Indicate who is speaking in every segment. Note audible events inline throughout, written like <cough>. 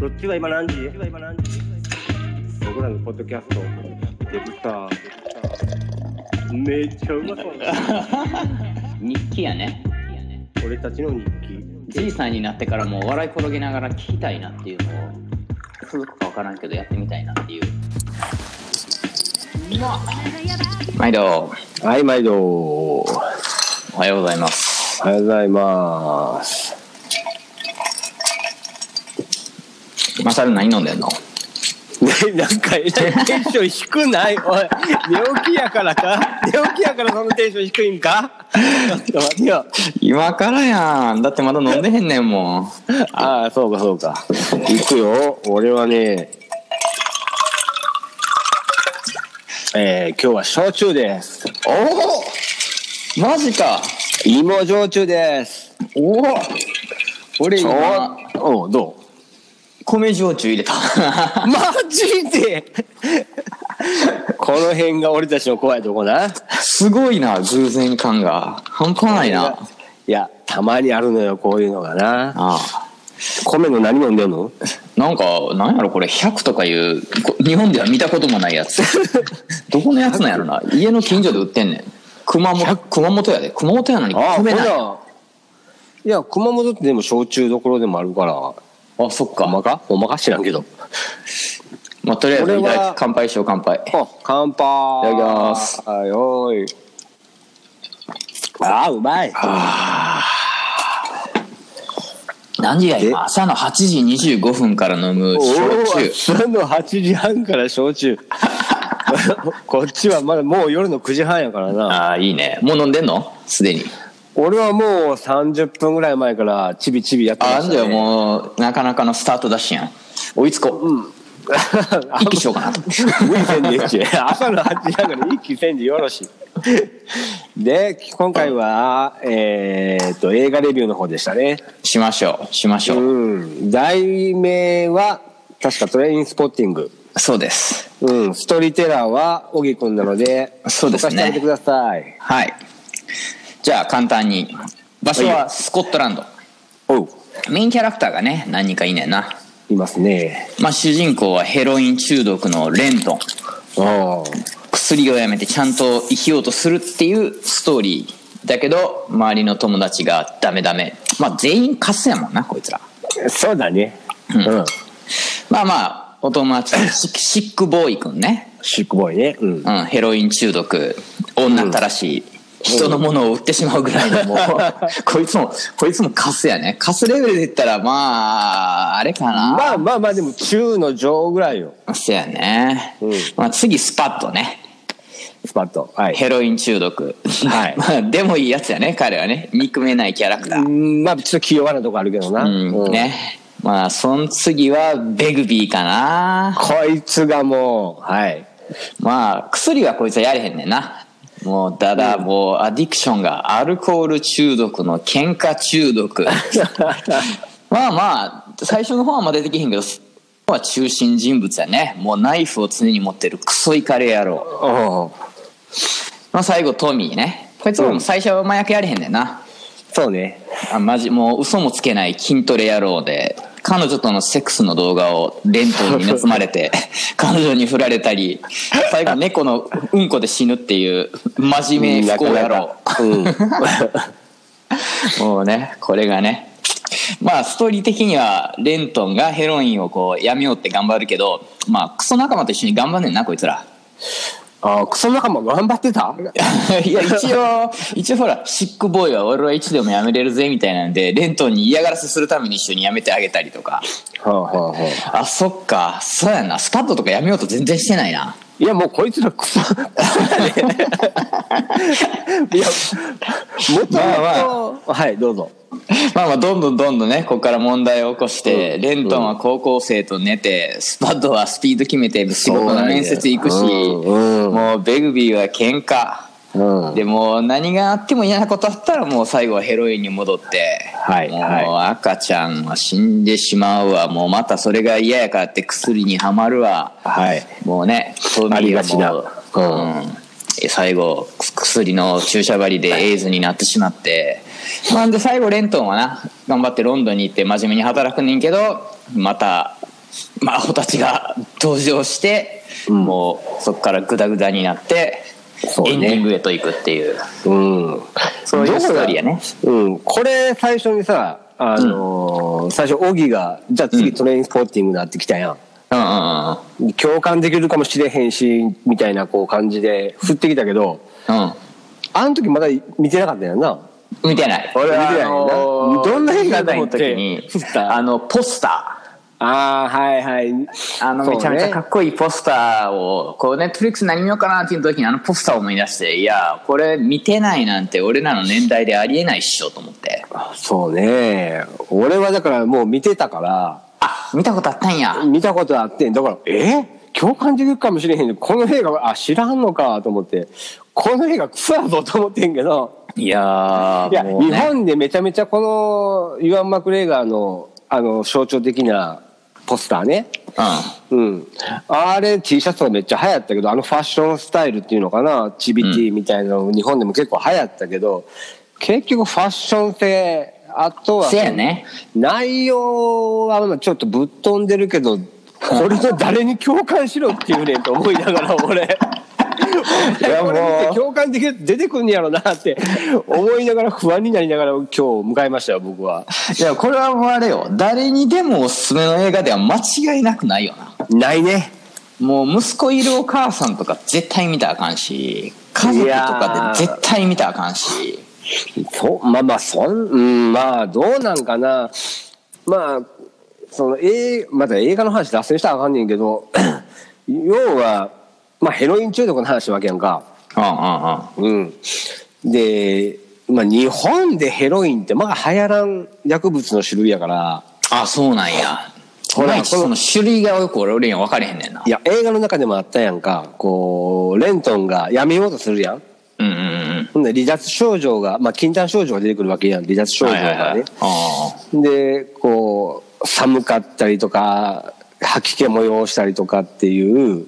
Speaker 1: どっちが今何時僕らのポッドキャストデブさめっちゃうまそう
Speaker 2: <laughs> 日記やね
Speaker 1: 俺たちの日記
Speaker 2: じいさんになってからもう笑い転げながら聞きたいなっていうのを続くか分からんけどやってみたいなっていう毎度
Speaker 1: はい毎度お
Speaker 2: おはようございます
Speaker 1: はようございます
Speaker 2: 今更何飲んでんの
Speaker 1: ねなんかえらいテンション低くないおい寝起きやからか寝起きやからそのテンション低いんかちょっと待ってよ
Speaker 2: 今からやんだってまだ飲んでへんねんもん
Speaker 1: ああそうかそうか行くよ俺はねえー、今日は焼酎です
Speaker 2: おおマジか
Speaker 1: 芋焼酎です
Speaker 2: おお俺
Speaker 1: お
Speaker 2: 今
Speaker 1: おど
Speaker 2: 米焼酎入れた
Speaker 1: うマジで <laughs> この辺が俺たちの怖いとこな
Speaker 2: <laughs> すごいな偶然感が半端ないなあ
Speaker 1: いやたまにあるのよこういうのがな
Speaker 2: あ
Speaker 1: 米の何飲んでんの
Speaker 2: なんかなんやろこれ100とかいうこ日本では見たこともない
Speaker 1: <laughs>
Speaker 2: やつどこのやつなんやろな家の近所で売ってんねん熊本熊本やで熊本やのに
Speaker 1: ああほ
Speaker 2: 米ないあ
Speaker 1: らいや熊本ってでも焼酎どころでもあるから
Speaker 2: そっ
Speaker 1: ほんま
Speaker 2: か、
Speaker 1: かほんまか知らんけど
Speaker 2: まあ、とりあえず
Speaker 1: これはい
Speaker 2: ただき乾杯しよう乾杯
Speaker 1: あ乾杯
Speaker 2: いただきます
Speaker 1: はいおいああうまい
Speaker 2: 何時や
Speaker 1: で
Speaker 2: 今朝の8時25分から飲む焼
Speaker 1: おお
Speaker 2: 酎
Speaker 1: 朝の8時半から焼酎 <laughs> こっちはまだもう夜の9時半やからな
Speaker 2: ああいいねもう飲んでんのすでに
Speaker 1: 俺はもう30分ぐらい前からチビチビやってま
Speaker 2: あ
Speaker 1: し
Speaker 2: んじ
Speaker 1: た、ね、
Speaker 2: ゃもうなかなかのスタートダッシュやん追いつこう、一気しようかな
Speaker 1: <laughs>
Speaker 2: と
Speaker 1: 無理せんでええし朝の8時半から一気せんでよろしいで今回はえーっと映画レビューの方でしたね
Speaker 2: しましょうしましょう、
Speaker 1: うん題名は確かトレインスポッティング
Speaker 2: そうです
Speaker 1: うん、ストーリーテラーは小木君なので、
Speaker 2: そうですね
Speaker 1: 紹介してあげてください。
Speaker 2: はいじゃあ簡単に場所はスコットランド
Speaker 1: おう、
Speaker 2: メインキャラクターがね何人かいんねんな、
Speaker 1: いますね。
Speaker 2: まあ、主人公はヘロイン中毒のレントン
Speaker 1: ああ、
Speaker 2: 薬をやめてちゃんと生きようとするっていうストーリーだけど周りの友達がダメダメまあ全員カスやもんなこいつら
Speaker 1: そうだね。
Speaker 2: う
Speaker 1: うんん。
Speaker 2: まあまあお友達のシックシックボーイくんね
Speaker 1: シックボーイね。うん。
Speaker 2: うん、ヘロイン中毒女たらしい、人のものを売ってしまうぐらいのもう <laughs> こいつもこいつもカスやねカスレベルで言ったらまああれかな
Speaker 1: まあまあまあ、でも中の上ぐらいよ。
Speaker 2: そやね、
Speaker 1: うん
Speaker 2: まあ、次スパッとね
Speaker 1: スパッと。はい。
Speaker 2: ヘロイン中毒、
Speaker 1: はい
Speaker 2: <laughs> まあ、でもいいやつやね彼はね憎めないキャラクタ
Speaker 1: う
Speaker 2: ー、
Speaker 1: ん、まあちょっと気弱なとこあるけどな。
Speaker 2: うん
Speaker 1: うん
Speaker 2: ねまあその次はベグビーかな
Speaker 1: こいつがもう、はい。
Speaker 2: まあ薬はこいつはやれへんねんなもうただもうアディクションがアルコール中毒の喧嘩中 <laughs> 毒まあまあ最初の方はまだ出てきへんけどそこは中心人物やねもうナイフを常に持ってるクソイカレ野郎、
Speaker 1: おう
Speaker 2: まあ、最後トミーねこいつはもう最初は麻薬やれへんねんな
Speaker 1: そうね。
Speaker 2: あマジもう嘘もつけない筋トレ野郎で彼女とのセックスの動画をレントンに盗まれ
Speaker 1: <laughs>
Speaker 2: て彼女に振られたり最後猫のうんこで死ぬっていう真面目不幸野郎
Speaker 1: うん。 <laughs>
Speaker 2: もうねこれがねまあストーリー的にはレントンがヘロインをこうやめようって頑張るけどまあクソ仲間と一緒に頑張んねんなこいつ
Speaker 1: <laughs>
Speaker 2: ら
Speaker 1: ああ、クソ仲間頑張ってた
Speaker 2: いや一応一応ほらシックボーイは俺はいつでもやめれるぜみたいなんでレントンに嫌がらせするために一緒にやめてあげたりとか
Speaker 1: はあはあはあ。
Speaker 2: あそっかそうやなスパッドとかやめようと全然してないない <laughs>
Speaker 1: やもうこいつらクソクソやねいやもっと
Speaker 2: まあま
Speaker 1: はいどうぞ
Speaker 2: まあまあどんどんどんどんねここから問題を起こして、
Speaker 1: うん
Speaker 2: レントンは高校生と寝てスパッドはスピード決めて仕事
Speaker 1: そう
Speaker 2: の
Speaker 1: なんや
Speaker 2: 面接行くし、
Speaker 1: うんうん
Speaker 2: もうベグビーは喧嘩、
Speaker 1: うん
Speaker 2: でもう何があっても嫌なことあったらもう最後はヘロインに戻って、
Speaker 1: はい
Speaker 2: も
Speaker 1: はいう
Speaker 2: 赤ちゃんは死んでしまうわもうまたそれが嫌やからって薬にはまるわ
Speaker 1: はい
Speaker 2: もうね、トミ
Speaker 1: あり
Speaker 2: ー
Speaker 1: が
Speaker 2: が
Speaker 1: ち
Speaker 2: も
Speaker 1: な
Speaker 2: う、うん最後、薬の注射針でエイズになってしまって、なんで最後、レントンはな、頑張ってロンドンに行って真面目に働くねんけど、またまあホたちが登場して、
Speaker 1: うん
Speaker 2: もうそこからグダグダになって、
Speaker 1: そうね
Speaker 2: エンディングへと行くっていう
Speaker 1: うん。
Speaker 2: そういうストーリーやね
Speaker 1: うん。これ、最初にさ、あのー最初、オギが、じゃあ次トレインスポーティングだってきたやん。
Speaker 2: うんうんうん
Speaker 1: 共感できるかもしれへんし、みたいなこう感じで振ってきたけど、
Speaker 2: う
Speaker 1: あの時まだ見てなかったよな。
Speaker 2: ん見てない
Speaker 1: 俺は
Speaker 2: 見てないな
Speaker 1: あのー
Speaker 2: どんな映画
Speaker 1: 見て
Speaker 2: だ
Speaker 1: ない
Speaker 2: の
Speaker 1: の
Speaker 2: 時
Speaker 1: 時
Speaker 2: に
Speaker 1: に
Speaker 2: あのポスター
Speaker 1: ああ、はいはい。
Speaker 2: あのめちゃめちゃかっこいいポスターをこうネットフリックス何見ようかなっていう時にあのポスターを思い出していやこれ見てないなんて俺らの年代でありえないっしょと思って
Speaker 1: そうね。俺はだからもう見てたから、
Speaker 2: あ見たことあったんや
Speaker 1: 見たことあって、だから、え共感できるかもしれへん。この映画、あ、知らんのかと思って、この映画クソやぞと思ってんけど、
Speaker 2: いやー
Speaker 1: いや、
Speaker 2: もうね
Speaker 1: 日本でめちゃめちゃこの、イワン・マクレーガーの、あの、象徴的なポスターね。うん。あれ、T シャツがめっちゃ流行ったけど、あのファッションスタイルっていうのかな、チビティみたいなの、日本でも結構流行ったけど、結局ファッション性、あとは、
Speaker 2: せやね
Speaker 1: 内容はまあちょっとぶっ飛んでるけど、これの誰に共感しろっていうねんと思いながら、俺。
Speaker 2: いやもう
Speaker 1: これ見て共感できる出てくんねやろなって思いながら不安になりながら今日を迎えましたよ僕は
Speaker 2: うんいやこれはもうあれよ誰にでもおすすめの映画では間違いなくないよな
Speaker 1: ないね
Speaker 2: もう息子いるお母さんとか絶対見たらあかんし家族とかで絶対見たらあかんし
Speaker 1: そうまあまあそん、うん、まあどうなんかなまあそのえまた映画の話脱線したらあかんねんけど <coughs> 要は、まあ、ヘロイン中毒の話なわけやんか
Speaker 2: うんうんうん
Speaker 1: うんで、まあ、日本でヘロインってまあ流行らん薬物の種類やから
Speaker 2: あそうなんや
Speaker 1: ほ
Speaker 2: い
Speaker 1: ら
Speaker 2: まいちその種類がよく俺俺には分かれへんねんない
Speaker 1: や映画の中でもあったやんかこうレントンがやめようとするやん
Speaker 2: うんうんうん
Speaker 1: ほんで離脱症状が、まあ、禁断症状が出てくるわけやん離脱症状がね、
Speaker 2: あ
Speaker 1: でこう寒かったりとか吐き気催したりとかっていう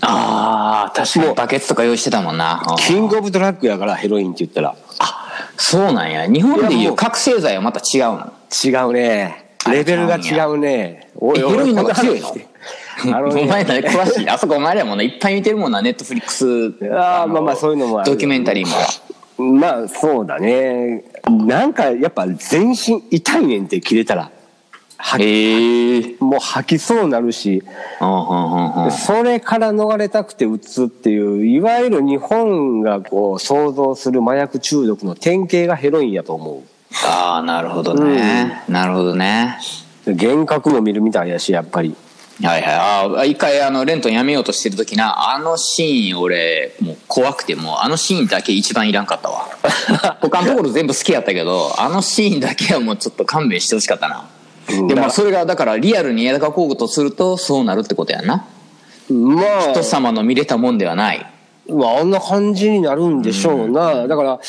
Speaker 2: あー確かにバケツとか用意してたもんな
Speaker 1: キングオブドラッグやからヘロインって言ったら
Speaker 2: あそうなんや日本で
Speaker 1: い
Speaker 2: い
Speaker 1: やも
Speaker 2: う
Speaker 1: う
Speaker 2: 覚醒剤はまた違うの
Speaker 1: 違うねレベルが違うねお
Speaker 2: えヘロインの方が強いの
Speaker 1: こんな話
Speaker 2: お前
Speaker 1: あの
Speaker 2: 何詳しいなあそこお前らもんないっぱい見てるもんなネットフリックス
Speaker 1: あーまあまあそういうのもある
Speaker 2: ドキュメンタリーも
Speaker 1: ねまあそうだねなんかやっぱ全身痛いねんって切れたら
Speaker 2: へえ
Speaker 1: もう吐きそうになるし
Speaker 2: うんうんうんうん
Speaker 1: それから逃れたくて打つっていういわゆる日本がこう想像する麻薬中毒の典型がヘロインやと思う
Speaker 2: ああなるほどね、なるほどね
Speaker 1: 幻覚も見るみたいやしやっぱり
Speaker 2: はいはいああ一回あのレントンやめようとしてる時なあのシーン俺もう怖くてもうあのシーンだけ一番いらんかった
Speaker 1: <laughs>
Speaker 2: わ他のところ全部好きやったけどあのシーンだけはもうちょっと勘弁してほしかったな、
Speaker 1: うん
Speaker 2: で
Speaker 1: だ
Speaker 2: も
Speaker 1: から
Speaker 2: それがだからリアルに描こうとするとそうなるってことやんな
Speaker 1: まあ
Speaker 2: 人様の見れたもんではない
Speaker 1: まああんな感じになるんでしょうな、だから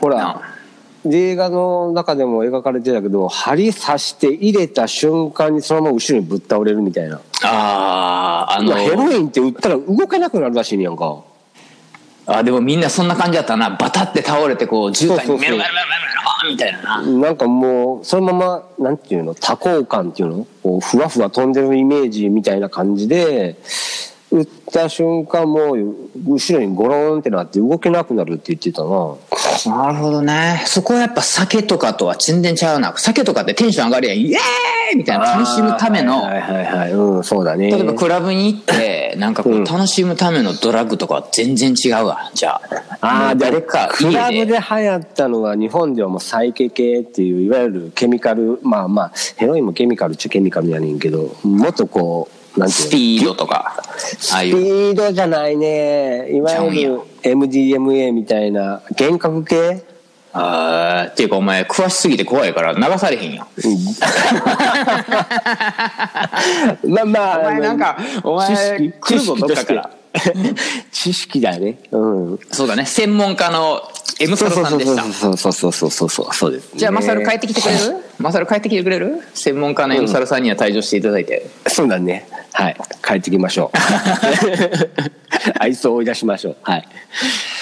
Speaker 1: ほら映画の中でも描かれてたけど針刺して入れた瞬間にそのまま後ろにぶっ倒れるみたいな、
Speaker 2: あああ
Speaker 1: い
Speaker 2: の
Speaker 1: やヘロインって打ったら動けなくなるらしいねやんか
Speaker 2: あでもみんなそんな感じだったなバタって倒れてこう絨毯に
Speaker 1: そうそうそう
Speaker 2: メロメロメロメロメロみたいなな
Speaker 1: なんかもうそのままなんていうの多幸感っていうのこうふわふわ飛んでるイメージみたいな感じで打った瞬間もう後ろにゴロンってなって動けなくなるって言ってたな
Speaker 2: なるほどね。そこはやっぱ酒とかとは全然ちゃうな。酒とかってテンション上がるやん。イエーイみたいな楽しむための、
Speaker 1: はいはいはい、はい、うんそうだね
Speaker 2: 例えばクラブに行って、なんかこ
Speaker 1: う
Speaker 2: うん楽しむためのドラッグとかは全然違うわ。じゃあ。
Speaker 1: あ
Speaker 2: も
Speaker 1: あ
Speaker 2: う
Speaker 1: で
Speaker 2: 誰か
Speaker 1: クラブ
Speaker 2: 家で。
Speaker 1: で流行ったのは日本ではもうサイケ系っていういわゆるケミカルまあまあヘロインもケミカルっちゃケミカルやねんけどもっとこうなんていう
Speaker 2: ス
Speaker 1: の
Speaker 2: ピードとか、ああ
Speaker 1: ス
Speaker 2: い
Speaker 1: ピ
Speaker 2: う。
Speaker 1: ードじゃないねいわゆる MDMA みたいな幻覚系
Speaker 2: あーっていうかお前詳しすぎて怖いから流されへんよ。
Speaker 1: まあまあ
Speaker 2: <laughs> お前なんか、お
Speaker 1: 知
Speaker 2: 前
Speaker 1: 識
Speaker 2: 来るぞどっかから。
Speaker 1: <laughs> 知識だねうん
Speaker 2: そうだね。専門家の M サロさんでした。
Speaker 1: そうそうそうそうそうそうそうですね
Speaker 2: じゃあ、マサル帰ってきてくれるマサル帰ってきてくれる専門家の M サロさんには退場していただいて。
Speaker 1: そうだねはい帰ってきましょう <laughs> あいつを追い出しましょうはい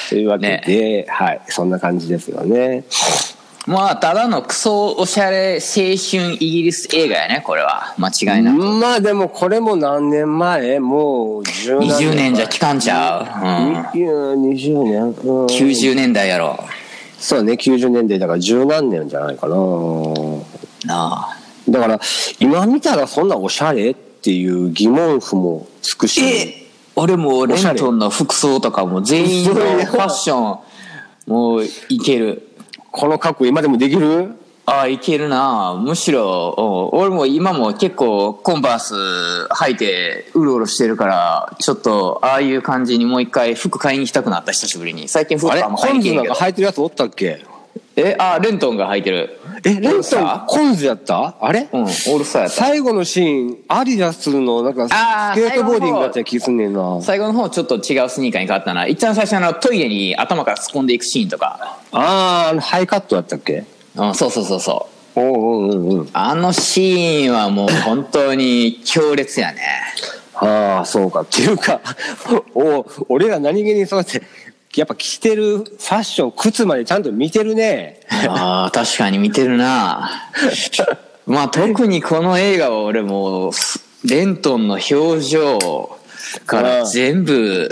Speaker 1: というわけで、はいそんな感じですよね
Speaker 2: まあ、ただのクソおしゃれ青春イギリス映画やね、これは。間違いなく。
Speaker 1: まあでもこれも何年前もう10
Speaker 2: 20年じゃ効かんちゃう。
Speaker 1: 20年、うん
Speaker 2: うん、90年代やろ。
Speaker 1: そうね90年代だから十何年じゃないかな
Speaker 2: なあ。
Speaker 1: だから今見たらそんなおしゃれっていう疑問符もつくし
Speaker 2: え俺もレントンの服装とかも全員のファッション、もういける。
Speaker 1: この格好今でもできる
Speaker 2: ああ、いけるな。むしろ、うん俺も今も結構コンバース履いてうろうろしてるから、ちょっとああいう感じにもう一回服買いに行きたくなった、久しぶりに。最近服
Speaker 1: あれ
Speaker 2: あんま
Speaker 1: コ
Speaker 2: 買い
Speaker 1: ン
Speaker 2: に
Speaker 1: ズ
Speaker 2: 行
Speaker 1: な
Speaker 2: け
Speaker 1: ん
Speaker 2: んけ
Speaker 1: か
Speaker 2: ど。
Speaker 1: 履いてるやつおったっけ
Speaker 2: え、ああ、レントンが履いてる。
Speaker 1: えレ
Speaker 2: オー
Speaker 1: ン
Speaker 2: ルスタ
Speaker 1: さん
Speaker 2: ー
Speaker 1: コンズやったあれ、
Speaker 2: うん、オールスターやった。
Speaker 1: 最後のシーンアディダスのなんか
Speaker 2: あー
Speaker 1: スケートボーディングだった気すんねんな
Speaker 2: 最後の方ちょっと違うスニーカーに変わったな。一番最初のあのトイレに頭から突っ込んでいくシーンとか。
Speaker 1: あーあのハイカットだったっけ
Speaker 2: うん、そうそうそうそう。
Speaker 1: おうおうおうおう
Speaker 2: あのシーンはもう本当に強烈やね。
Speaker 1: ああそうかっていうか <laughs> お俺ら何気にそうやってやっぱ着てるファッション靴までちゃんと見てるね
Speaker 2: ああ、確かに見てるな。 <laughs> まあ特にこの映画は俺もう、レントンの表情から全部、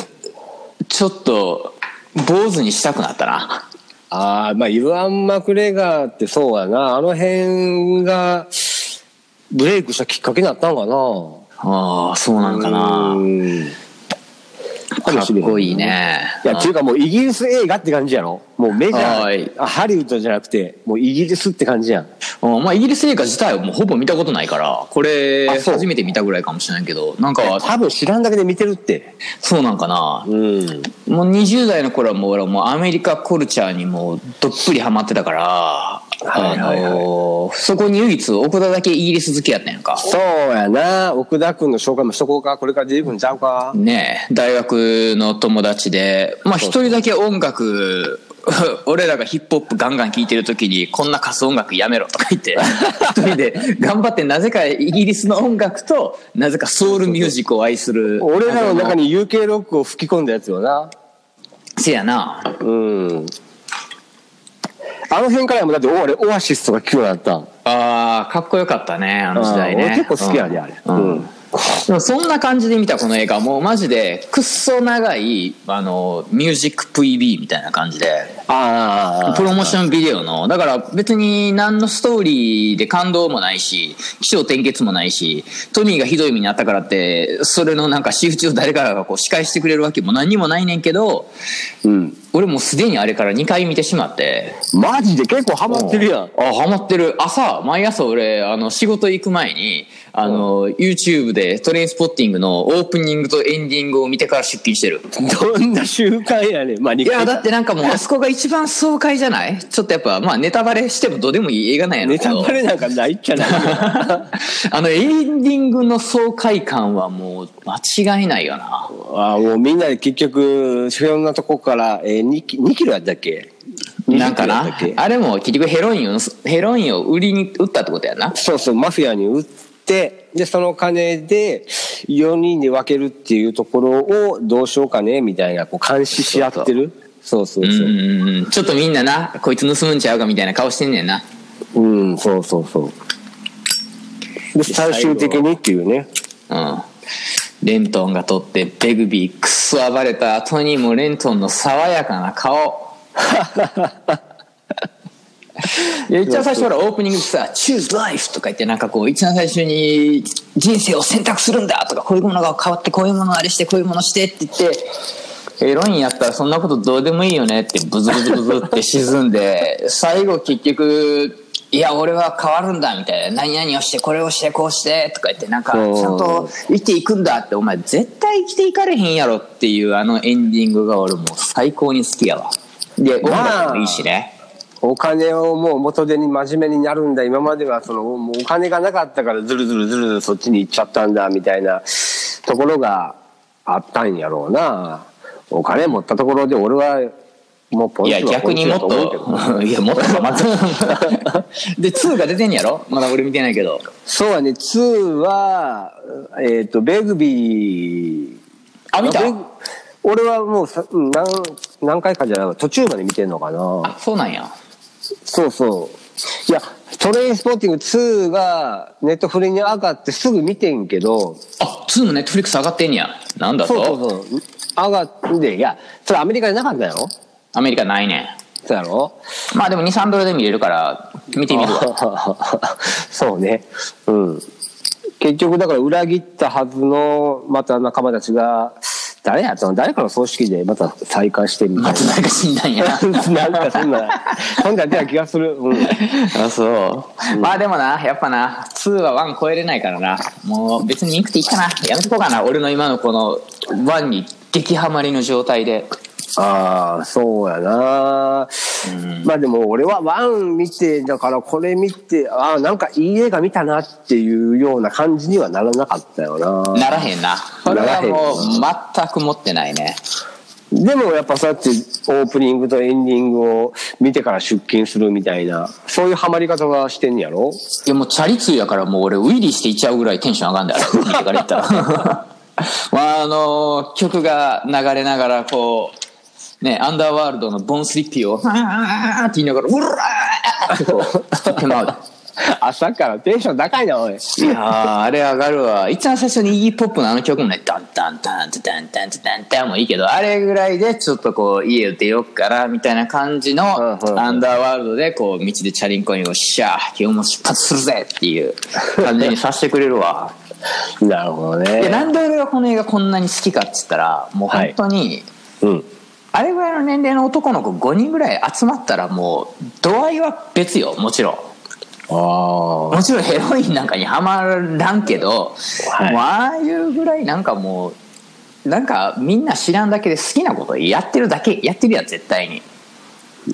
Speaker 2: ちょっと、坊主にしたくなったな。
Speaker 1: ああまあイルアン・マクレガーってそうやなあの辺がブレイクしたきっかけになったんかな
Speaker 2: ああ、そうなんかな。
Speaker 1: うんか
Speaker 2: か
Speaker 1: も
Speaker 2: っ
Speaker 1: しれんな
Speaker 2: こいいね。
Speaker 1: いや、っていうかもうイギリス映画って感じやろもうメジャ
Speaker 2: は
Speaker 1: ー
Speaker 2: い、
Speaker 1: あハリウッドじゃなくて、もうイギリスって感じやん。
Speaker 2: うんまあイギリス映画自体はもうほぼ見たことないから、これ
Speaker 1: あそう
Speaker 2: 初めて見たぐらいかもしれないけど、なんか、
Speaker 1: 多分知らんだけで見てるって。
Speaker 2: そうなんかな。
Speaker 1: うん。
Speaker 2: もう20代の頃はもう俺はもうアメリカコルチャーにもうどっぷりハマってたから、
Speaker 1: いはいはい
Speaker 2: あのーそこに唯一奥田だけイギリス好きやったんやんか。
Speaker 1: そうやな。奥田君の紹介もしとこうか。これから十分ちゃうか。
Speaker 2: ねえ、大学の友達で、まあ一人だけ音楽、 <laughs> 俺らがヒップホップガンガン聴いてる時にこんなカス音楽やめろとか言って
Speaker 1: <laughs>
Speaker 2: 一人で頑張ってなぜかイギリスの音楽となぜかソウルミュージックを愛する
Speaker 1: 俺らの中
Speaker 2: に
Speaker 1: に UK ロックを吹き込んだやつよな。
Speaker 2: せやな
Speaker 1: うん。あの辺からもだってオアレオアシスとか聞くようになった。
Speaker 2: ああかっこよかったねあの時代
Speaker 1: うん
Speaker 2: ね
Speaker 1: 俺結構好きやで、あれ。
Speaker 2: うんうんでもそんな感じで見たこの映画もうマジでくっそ長いあのミュージック PV みたいな感じで
Speaker 1: あ
Speaker 2: プロモーションビデオのだから別に何のストーリーで感動もないし起承転結もないしトニーがひどい目にあったからってそれのなんか集中を誰かがこう仕返してくれるわけも何にもないねんけど
Speaker 1: あ。うん。
Speaker 2: 俺もうすでにあれから2回見てしまって
Speaker 1: マジで結構ハマってるやん。
Speaker 2: あ、ハマってる。朝、毎朝俺、あの、仕事行く前に、あの、YouTube でトレインスポッティングのオープニングとエンディングを見てから出勤してる。
Speaker 1: どんな習慣やねん。まあ、い
Speaker 2: いや、だってなんかもう、あそこが一番爽快じゃないちょっとやっぱ、まあ、ネタバレしてもどうでもいい映画なんやろ
Speaker 1: ネ
Speaker 2: うけ
Speaker 1: タ
Speaker 2: ど
Speaker 1: バ。レなんかないっちゃないよ
Speaker 2: <laughs> あの、エンディングの爽快感はもう、間違いないよな。
Speaker 1: ああもうみんなで結局主要なとこから、えー、2, キ2キロやったっけ20
Speaker 2: なんか
Speaker 1: キロ
Speaker 2: な
Speaker 1: やったっけ。
Speaker 2: あれも結局ヘロインを、ヘロインを売りに、売ったってことやな。
Speaker 1: そうそうマフィアに売ってでその金で4人で分けるっていうところをどうしようかねみたいなこう監視し合ってるそうそう
Speaker 2: うん
Speaker 1: そう
Speaker 2: うんうん。ちょっとみんなな、こいつ盗むんちゃうかみたいな顔してんねんな。
Speaker 1: うんそうそうそうで最終的にっていうね
Speaker 2: うん。レントンが取って、ベグビー、くっそ暴れた後にもレントンの爽やかな顔。いや一番最初ほらオープニングでさ「Choose life」とか言ってなんかこう一番最初に「人生を選択するんだ」とかこういうものが変わってこういうものあれしてこういうものしてって言ってエロいんやったらそんなことどうでもいいよねってブズブズブズって沈んで <laughs> 最後結局「いや俺は変わるんだ」みたいな「何々をしてこれをしてこうして」とか言ってなんかちゃん
Speaker 1: そう
Speaker 2: と生きていくんだってお前絶対生きていかれへんやろっていうあのエンディングが俺もう最高に好きやわで音楽もいいしね、
Speaker 1: お金をもう元手に真面目になるんだ今まではそのもうお金がなかったからずるずるずるずるそっちに行っちゃったんだみたいなところがあったんやろうなお金持ったところで俺はもうポ
Speaker 2: い
Speaker 1: ンチ
Speaker 2: や、
Speaker 1: はポ
Speaker 2: 逆
Speaker 1: ンチ
Speaker 2: に
Speaker 1: だ
Speaker 2: もっ
Speaker 1: と思うけど
Speaker 2: と、 <laughs> いや、もっとまず <laughs> で、2が出てんやろまだ俺見てないけど。
Speaker 1: そうやね2はえっ、とベグビー
Speaker 2: あ、見た
Speaker 1: ベグ俺はもうさうん何何回かじゃない途中まで見てんのかな
Speaker 2: あ、そうなんや。
Speaker 1: そうそう。いや、トレインスポッティング2がネットフリに上がってすぐ見てんけど、
Speaker 2: あ2のネットフリックス上がってんねやなんだと
Speaker 1: そうそうそう。上がって、いや、それアメリカになかったやろ
Speaker 2: アメリカないね
Speaker 1: そうやろ
Speaker 2: まあでも23ドルで見れるから見てみるわ
Speaker 1: <laughs> そうね。うん。結局だから裏切ったはずの、また仲間たちが、誰やったの誰かの葬式でまた再会して
Speaker 2: <laughs>
Speaker 1: みたい
Speaker 2: 松坂死んだんやな
Speaker 1: な。なんかそんな、そんなんやってた気がする。うん。
Speaker 2: あそう、まあでもなやっぱな2は1超えれないからなもう別に行くっていいかなやめとこうかな俺の今のこの1に激ハマりの状態で
Speaker 1: ああ、そうやな、まあでも俺はワン見て、だからこれ見て、ああ、なんかいい映画見たなっていうような感じにはならなかったよな
Speaker 2: ならへんなこれはもう全く持ってないね
Speaker 1: でもやっぱそうやってオープニングとエンディングを見てから出勤するみたいな、そういうハマり方はしてんやろ <laughs>
Speaker 2: いやもうチャリ通やからもう俺ウィリーしていっちゃうぐらいテンション上がんだよ。見てから言ったら。 <laughs> まああの曲が流れながらこう、ね、アンダーワールドのボンスリッピーを、あーって言いながら、うらーってこう、手間で。
Speaker 1: 朝からテンション高いな、おい。
Speaker 2: いやーあれ上がるわ。一番最初にイギーポップのあの曲もね、ダンダンダンダンダンダンダンダンもいいけど、あれぐらいでちょっとこう、家を出よっから、みたいな感じの
Speaker 1: うんうんうん
Speaker 2: アンダーワールドで、こう、道でチャリンコインをシャー、今日も出発するぜっていう感じにさせてくれる
Speaker 1: <laughs>
Speaker 2: わ。
Speaker 1: なるほど
Speaker 2: で、な
Speaker 1: ね。
Speaker 2: んで俺がこの映画こんなに好きかっつったら、もう本当に、
Speaker 1: うん。
Speaker 2: あれぐらいの年齢の男の子5人ぐらい集まったらもう度合いは別よもちろん
Speaker 1: ああ。
Speaker 2: もちろんヘロインなんかにはまらんけど、
Speaker 1: はい
Speaker 2: もうああいうぐらいなんかもうなんかみんな知らんだけで好きなことやってるだけやってるやん絶対に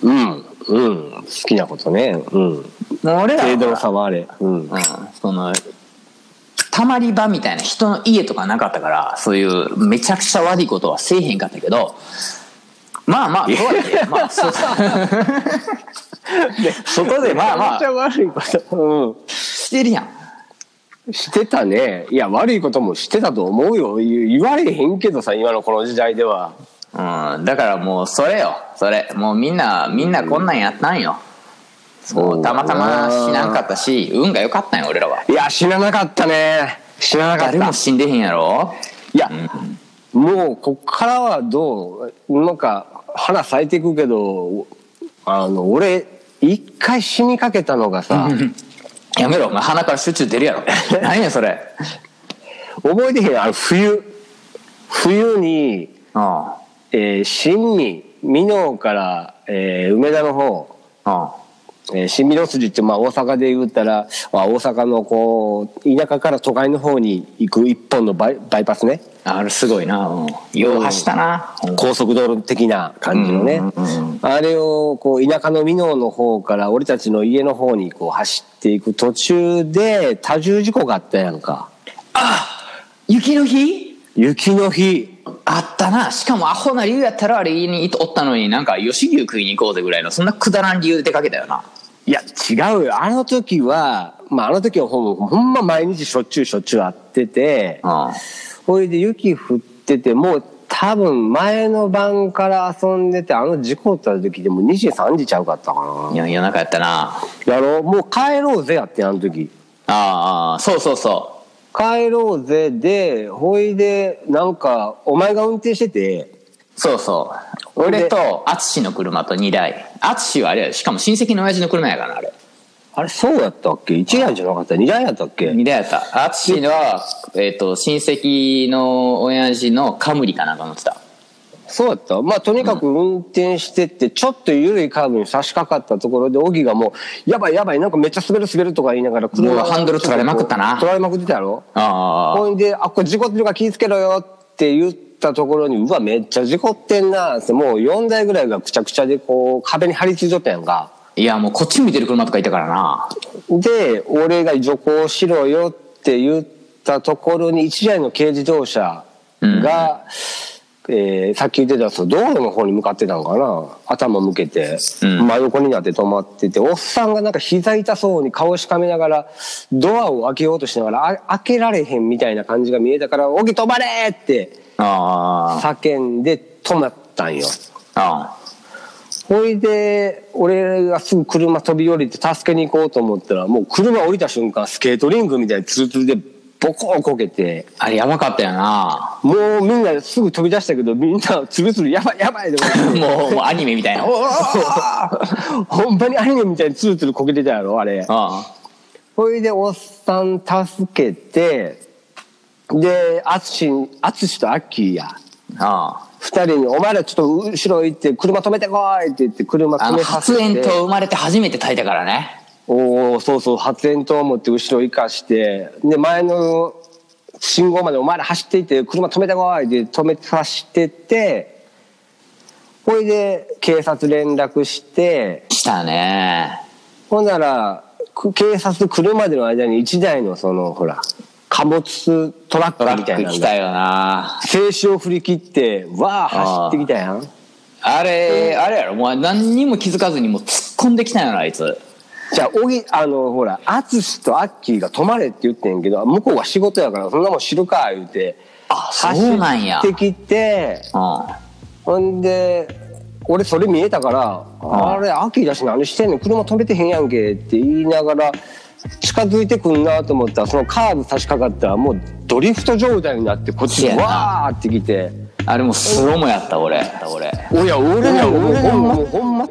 Speaker 1: うん。うん。好きなことね。うん。
Speaker 2: もう俺らは
Speaker 1: 程度の差はあれ。うん。
Speaker 2: うん、そのたまり場みたいな人の家とかなかったからそういうめちゃくちゃ悪いことはせえへんかったけどまあまあとはい
Speaker 1: <laughs>
Speaker 2: えまあそう外でまあま
Speaker 1: めち
Speaker 2: あ
Speaker 1: ゃ悪いこと。うん。
Speaker 2: してるやん
Speaker 1: してたね。いや、悪いこともしてたと思うよ。言言われへんけどさ、今のこの時代では。
Speaker 2: うん、だからもうそれよそれもうみんなみんなこんなんやったんよ、そうたまたま死なんかったし運が良かったんよ俺らはい
Speaker 1: や、死ななかったね。死ななかっ
Speaker 2: 誰も
Speaker 1: た。
Speaker 2: 死んでへんやろ
Speaker 1: いや、もう、こっからはどう、なんか、花咲いていくけど、あの、俺、一回死にかけたのが
Speaker 2: <laughs>
Speaker 1: さ、
Speaker 2: やめろお前鼻から集中出るや <laughs> ろ何やそれ
Speaker 1: 覚えてへんよあの、冬。冬に、
Speaker 2: うん
Speaker 1: えー新に、美濃から、えー梅田の方、
Speaker 2: うん
Speaker 1: えー、新美濃筋って、まあ、大阪で言ったら、まあ、大阪のこう田舎から都会の方に行く一本のバイバイパスね
Speaker 2: あれすごいな、うん、よう走ったな、うん
Speaker 1: 高速道路的な感じのね、
Speaker 2: うんうんうん
Speaker 1: あれをこう田舎の美濃の方から俺たちの家の方にこう走っていく途中で多重事故があったやんか
Speaker 2: 雪の日
Speaker 1: 雪の日
Speaker 2: あったなしかもアホな理由やったらあれ家におったのになんか吉牛食いに行こうぜぐらいのそんなくだらん理由で出かけたよない
Speaker 1: や違うよあの時は、まあ、あの時はほんほんま毎日しょっちゅうしょっちゅう会ってて、
Speaker 2: うん
Speaker 1: ほいで雪降っててもう多分前の晩から遊んでてあの事故った時でも2時3時ちゃうかったか
Speaker 2: いや夜中やったな
Speaker 1: なやろもう帰ろうぜやってんあの時
Speaker 2: ああそうそうそ
Speaker 1: 帰ろうぜでほいでなんかお前が運転してて
Speaker 2: うそうそう俺と淳の車と2台淳はあれやしかも親戚の親父の車やからなあれ
Speaker 1: あれそうやったっけ1台じゃなかった2台やったっけ
Speaker 2: 2台やった淳は、えっと親戚の親父のカムリかなんか乗ってた
Speaker 1: そうやったまあとにかく運転してってちょっと緩いカーブに差し掛かったところでオギがもう「やばいやばいなんかめっちゃ滑る滑る」とか言いながら
Speaker 2: も
Speaker 1: 車
Speaker 2: うハンドル取られまくったな
Speaker 1: 取られまくってたやろ
Speaker 2: ああ
Speaker 1: ほんで、あ、これ事故ってるから気ぃつけろよって言ったところに、うわ、めっちゃ事故ってんなって、もう4台ぐらいがくちゃくちゃで、こう、壁に張り付いとったやんか。
Speaker 2: いやもうこっち向いてる車とかいたからな
Speaker 1: で、俺が徐行しろよって言ったところに、1台の軽自動車が、えーさっき言ってたその道路の方に向かってたのかな頭向けて、
Speaker 2: うん
Speaker 1: 真横になって止まってておっさんがなんか膝痛そうに顔しかめながらドアを開けようとしながらあ開けられへんみたいな感じが見えたから「おぎ止まれ!」って
Speaker 2: あ
Speaker 1: 叫んで止まったんよ
Speaker 2: ああ
Speaker 1: ほいで、俺がすぐ車飛び降りて助けに行こうと思ったら、もう車降りた瞬間、スケートリングみたいにツルツルでボコーンこけて、
Speaker 2: あれやばかったよな <laughs>
Speaker 1: もうみんなすぐ飛び出したけど、みんなツルツルやばいやばいとか言って <laughs>
Speaker 2: もうもうアニメみたいなあ
Speaker 1: ほんまにアニメみたいにツルツルこけてたやろ、あれ。
Speaker 2: あ
Speaker 1: ほいで、おっさん助けて、で、アツシ、アツシとアッキーや。
Speaker 2: あ
Speaker 1: 二人に、お前らちょっと後ろ行って、車止めてこいって言って、車
Speaker 2: あ
Speaker 1: 止
Speaker 2: の
Speaker 1: めさ
Speaker 2: 発
Speaker 1: せて。
Speaker 2: 煙筒生まれて初めて炊いたからね
Speaker 1: おおそうそう発煙筒を持って後ろ生かしてで前の信号までお前ら走っていって車止めてこいで止めさせてってほいで警察連絡して
Speaker 2: したね
Speaker 1: ほんならく警察来るまでの間に1台のそのほら貨物トラ
Speaker 2: ト
Speaker 1: ッ
Speaker 2: ラ
Speaker 1: クみ
Speaker 2: ッ
Speaker 1: たい
Speaker 2: ク
Speaker 1: なの
Speaker 2: 来
Speaker 1: が
Speaker 2: たよな
Speaker 1: 静止を振り切ってわあ走ってきたやん
Speaker 2: あれあれやろもう何にも気づかずにもう突っ込んできたよなあいつ
Speaker 1: じゃあ、おぎ、あの、ほら、淳とアッキーが泊まれって言ってんけど、向こうが仕事やから、そんなもん知るか、言うて。
Speaker 2: あそうなんや
Speaker 1: 走ってきて、
Speaker 2: うん
Speaker 1: ほんで、俺それ見えたから、あれ、アッキーだし何してんの車止めてへんやんけって言いながら、近づいてくんなと思ったら、そのカーブ差し掛かったら、もうドリフト状態になって、こっち
Speaker 2: せや
Speaker 1: に
Speaker 2: な
Speaker 1: わーってきて、
Speaker 2: あれもうスロモやった俺俺
Speaker 1: おや、俺らも、
Speaker 2: 俺ら
Speaker 1: 俺ら
Speaker 2: も
Speaker 1: も、もうほんま、